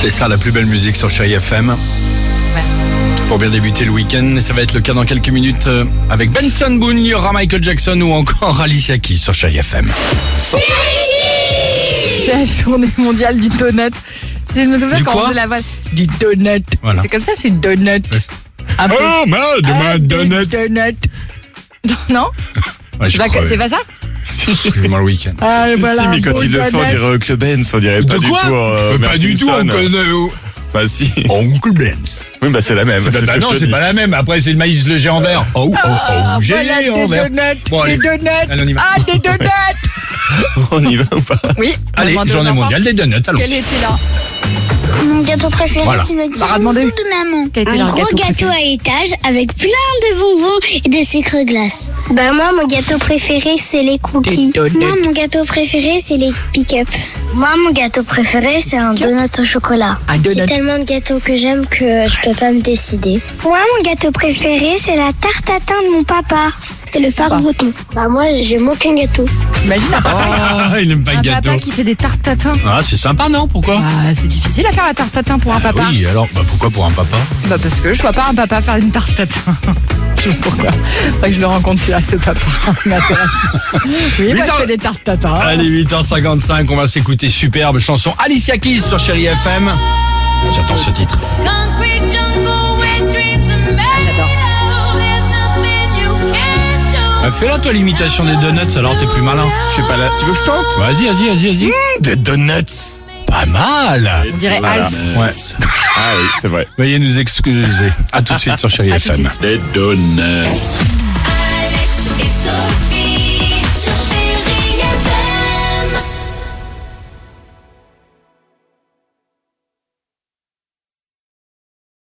C'est ça la plus belle musique sur Chéri FM. Pour bien débuter le week-end, et ça va être le cas dans quelques minutes euh, avec Benson Boone, il y aura Michael Jackson ou encore Alicia Keys sur Chéri FM. C'est la journée mondiale du donut. C'est je me souviens Du quand quoi on faisait la vanne. Du donut. Voilà. C'est comme ça, c'est donut. Un peu. Oh, merde, Ah, du donut. Non, non Ouais, C'est pas- c'est pas ça le week-end. Ah, si, mais quand pour ils le font, on donut. dirait Uncle Ben, on dirait pas du tout. euh, Homer Simpson. euh, Bah si. Oncle Benz. Oui, bah c'est la même. c'est ce Bah que non, je te c'est dis. oh. pas la même. Après, c'est le maïs, le géant vert. Oh, oh, oh, Ah, voilà, géant des vert. donuts. Bon, allez. des donuts. Allez, on y va. Ah, des donuts. On y va ou pas Oui. on Allez, va demander aux journée enfants mondiale des donuts, allons. Quel était là Mon gâteau préféré, Voilà. tu me dis Bah, une demandez. soupe de maman. Quel était Un leur gros gâteau gâteau à étage avec plein de bonbons et de sucre glace. Bah moi, mon gâteau préféré, c'est les cookies. Des donuts. Moi, mon gâteau préféré, c'est les pick-up. Moi, mon gâteau préféré, c'est un donut au chocolat. Un donut. J'ai tellement de gâteaux que j'aime que je peux pas me décider. Moi, mon gâteau préféré, c'est la tarte à thym de mon papa. C'est le phare breton. Bah moi, j'aime aucun gâteau. T'imagines un papa- Ah, il aime pas le un gâteau. papa qui fait des tartes tatin. Ah, c'est sympa, non Pourquoi Ah, c'est difficile à faire la tarte tatin pour un papa. Oui, alors, bah pourquoi pour un papa Bah parce que je vois pas un papa faire une tarte tatin. Je sais pas pourquoi. Faudrait que je le rencontre celui-là, ce papa. Il m'intéresse. Oui, Mais moi, je t'as- fais des hein. tartes tatin. Allez, 8h55, on va s'écouter superbe chanson Alicia Keys sur Chéri FM. J'attends ce titre. Concrete jungle where dreams are made. J'adore. There's nothing you can't do. Euh, Fais-la toi l'imitation des donuts, alors t'es plus malin. Je sais pas là. Tu veux que je tente Vas-y, vas-y, vas-y, vas-y. Des donuts. Pas mal On dirait Voilà. Alf. Ouais. Ah oui, c'est vrai. Veuillez nous excuser. À tout de suite sur Chéri À tout de FM. suite. Des donuts.